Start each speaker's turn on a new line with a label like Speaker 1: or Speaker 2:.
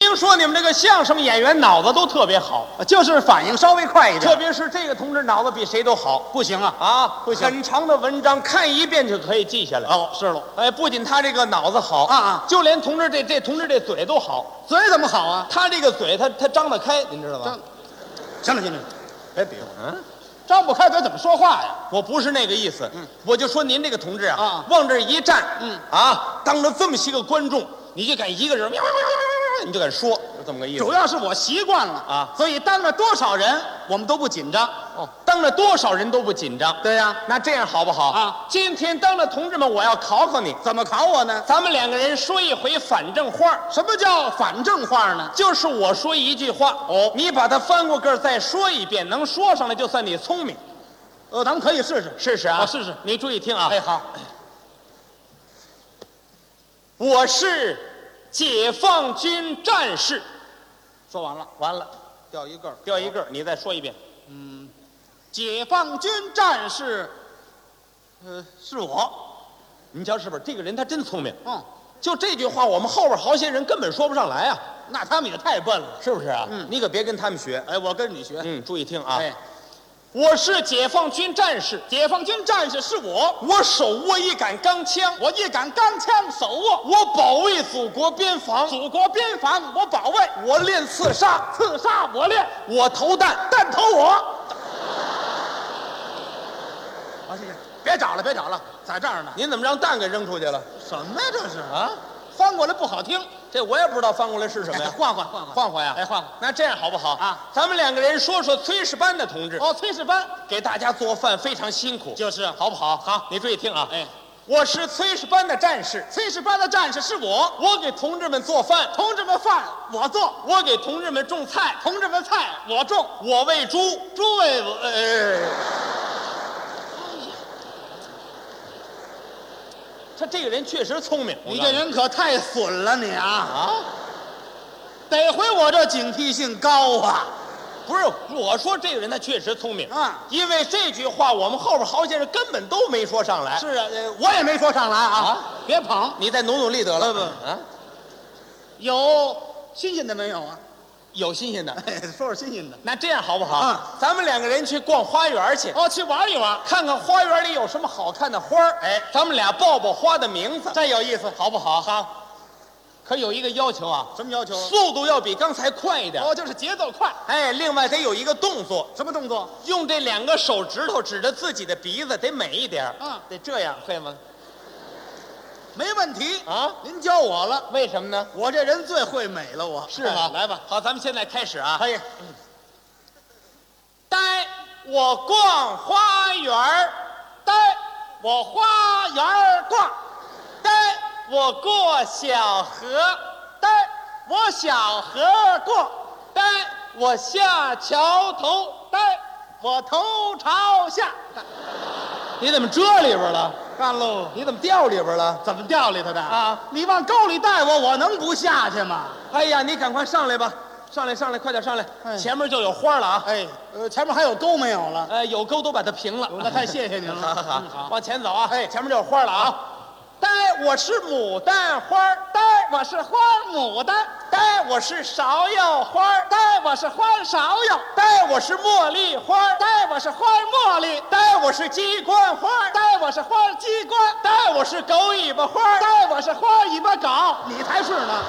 Speaker 1: 听说你们这个相声演员脑子都特别好，
Speaker 2: 就是反应稍微快一
Speaker 1: 特
Speaker 2: 点。
Speaker 1: 别是这个同志脑子比谁都好，不行啊
Speaker 2: 啊
Speaker 1: 不行！
Speaker 2: 很长的文章看一遍就可以记下来。
Speaker 1: 哦，是了，哎，不仅他这个脑子好
Speaker 2: 啊啊
Speaker 1: 就连同志这这同志这嘴都好，
Speaker 2: 嘴怎么好啊？
Speaker 1: 他这个嘴他他张得开，您知道吗
Speaker 2: 张？行了行了，别比划。嗯，张不开嘴怎么说话呀？
Speaker 1: 我不是那个意思，我就说您这个同嗯志啊，
Speaker 2: 啊
Speaker 1: 往这儿一站，
Speaker 2: 嗯
Speaker 1: 啊，当着这么些个观众，你就敢一个人，喵喵喵喵喵喵你就敢说，就这么个意思
Speaker 2: 主。要是我习惯了
Speaker 1: 啊
Speaker 2: 所以当着多少人我们都不紧张。
Speaker 1: 哦，当着多少人都不紧张。
Speaker 2: 对呀、
Speaker 1: 那这样好不好
Speaker 2: 啊？
Speaker 1: 今天当着同志们，我要考考你，
Speaker 2: 怎么考我呢？
Speaker 1: 咱们两个人说一回反正话，
Speaker 2: 什么叫反正话呢？
Speaker 1: 就是我说一句话，哦，你把它翻过个儿再说一遍，能说上来就算你聪明，
Speaker 2: 呃，咱们可以试试。
Speaker 1: 试试啊！
Speaker 2: 我试试
Speaker 1: 你注意听啊！
Speaker 2: 哎，好，
Speaker 1: 我是解放军战士，
Speaker 2: 说完了，
Speaker 1: 完了
Speaker 2: 掉一个。
Speaker 1: 掉一个儿，你再说一遍。
Speaker 2: 解放军战士，呃，是我。
Speaker 1: 你瞧是不是？这个人他真聪明，
Speaker 2: 嗯，
Speaker 1: 就这句话，我们后边好些人根本说不上来啊，
Speaker 2: 那他们也太笨了。
Speaker 1: 是不是啊？
Speaker 2: 嗯
Speaker 1: 你可别跟他们学。
Speaker 2: 哎，我跟你学。
Speaker 1: 嗯，注意听啊！
Speaker 2: 哎，
Speaker 1: 我是解放军战士，
Speaker 2: 解放军战士是我，
Speaker 1: 我手握一杆钢枪，
Speaker 2: 我一杆钢枪手握，
Speaker 1: 我保卫祖国边防，
Speaker 2: 祖国边防我保卫，
Speaker 1: 我练刺杀，
Speaker 2: 刺杀我练，
Speaker 1: 我投弹，
Speaker 2: 弹头我。啊，行行，别找了，别找了，在这儿呢。
Speaker 1: 您怎么让蛋给扔出去了？
Speaker 2: 什么呀？这是
Speaker 1: 啊？
Speaker 2: 翻过来不好听。
Speaker 1: 这我也不知道翻过来是什么
Speaker 2: 哎
Speaker 1: 呀？
Speaker 2: 换换换换
Speaker 1: 换换呀！
Speaker 2: 哎，换换。
Speaker 1: 那这样好不好
Speaker 2: 啊？
Speaker 1: 咱们两个人说说炊事班的同志，
Speaker 2: 哦，炊事班
Speaker 1: 给大家做饭非常辛苦，
Speaker 2: 就是
Speaker 1: 好不好？好，你注意听啊！
Speaker 2: 哎，
Speaker 1: 我是炊事班的战士，
Speaker 2: 炊事班的战士是我，
Speaker 1: 我给同志们做饭，
Speaker 2: 同志们饭我做，
Speaker 1: 我给同志们种菜，
Speaker 2: 同志们菜我种，
Speaker 1: 我喂猪，
Speaker 2: 诸位呃我
Speaker 1: 哎，他这个人确实聪明。
Speaker 2: 你这人可太损了，你啊！
Speaker 1: 啊，
Speaker 2: 得亏我这警惕性高啊！
Speaker 1: 不是我说这个人他确实聪明
Speaker 2: 啊
Speaker 1: 因为这句话我们后边好些人根本都没说上来。
Speaker 2: 是啊，呃我也没说上来啊，
Speaker 1: 啊
Speaker 2: 别捧，
Speaker 1: 你再努努力得了。
Speaker 2: 不不
Speaker 1: 啊，
Speaker 2: 有新鲜的没有啊？
Speaker 1: 有新鲜的。
Speaker 2: 哎，说说新鲜的。
Speaker 1: 那这样好不好？
Speaker 2: 啊，
Speaker 1: 咱们两个人去逛花园去，
Speaker 2: 哦，去玩一玩，
Speaker 1: 看看花园里有什么好看的花儿。哎，咱们俩报报花的名字，
Speaker 2: 这有意思。
Speaker 1: 好不好？好。可有一个要求啊，
Speaker 2: 什么要求啊？
Speaker 1: 速度要比刚才快一点。
Speaker 2: 哦，就是节奏快。
Speaker 1: 哎，另外得有一个动作，
Speaker 2: 什么动作？
Speaker 1: 用这两个手指头指着自己的鼻子，得美一点。
Speaker 2: 嗯
Speaker 1: 得这样，会吗？
Speaker 2: 没问题
Speaker 1: 啊
Speaker 2: 您教我了，
Speaker 1: 为什么呢？
Speaker 2: 我这人最会美了，我
Speaker 1: 是吗？
Speaker 2: 哎来吧，，
Speaker 1: 好，咱们现在开始啊。
Speaker 2: 可以。
Speaker 1: 呆，我逛花园儿
Speaker 2: 呆，我花园儿逛，
Speaker 1: 呆，我过小河，
Speaker 2: 呆，我小河过，
Speaker 1: 呆，我下桥头。
Speaker 2: 呆，我头朝下。
Speaker 1: 你怎么这里边了？
Speaker 2: 干喽！
Speaker 1: 你怎么掉里边了？
Speaker 2: 怎么掉里头的
Speaker 1: 啊？
Speaker 2: 你往沟里带我，我能不下去吗？
Speaker 1: 哎呀，你赶快上来吧，上来上来，快点上来，
Speaker 2: 哎
Speaker 1: 前面就有花了啊。
Speaker 2: 哎，呃，前面还有沟没有 了？
Speaker 1: 呃，有沟都把它平了。
Speaker 2: 那太谢谢您
Speaker 1: 好
Speaker 2: 了。
Speaker 1: 好好，
Speaker 2: 嗯 好
Speaker 1: 往前走啊！哎，前面就有花了啊！呆，我是牡丹花儿
Speaker 2: 呆，我是花牡丹；
Speaker 1: 呆，我是芍药花儿
Speaker 2: 呆，我是花芍药；
Speaker 1: 呆，我是茉莉花儿
Speaker 2: 呆，我是花茉莉；
Speaker 1: 呆，我是鸡冠花儿
Speaker 2: 呆，我是花鸡冠；
Speaker 1: 呆，我是狗尾巴花儿
Speaker 2: 嗯呆，我是花尾巴狗。你才是呢！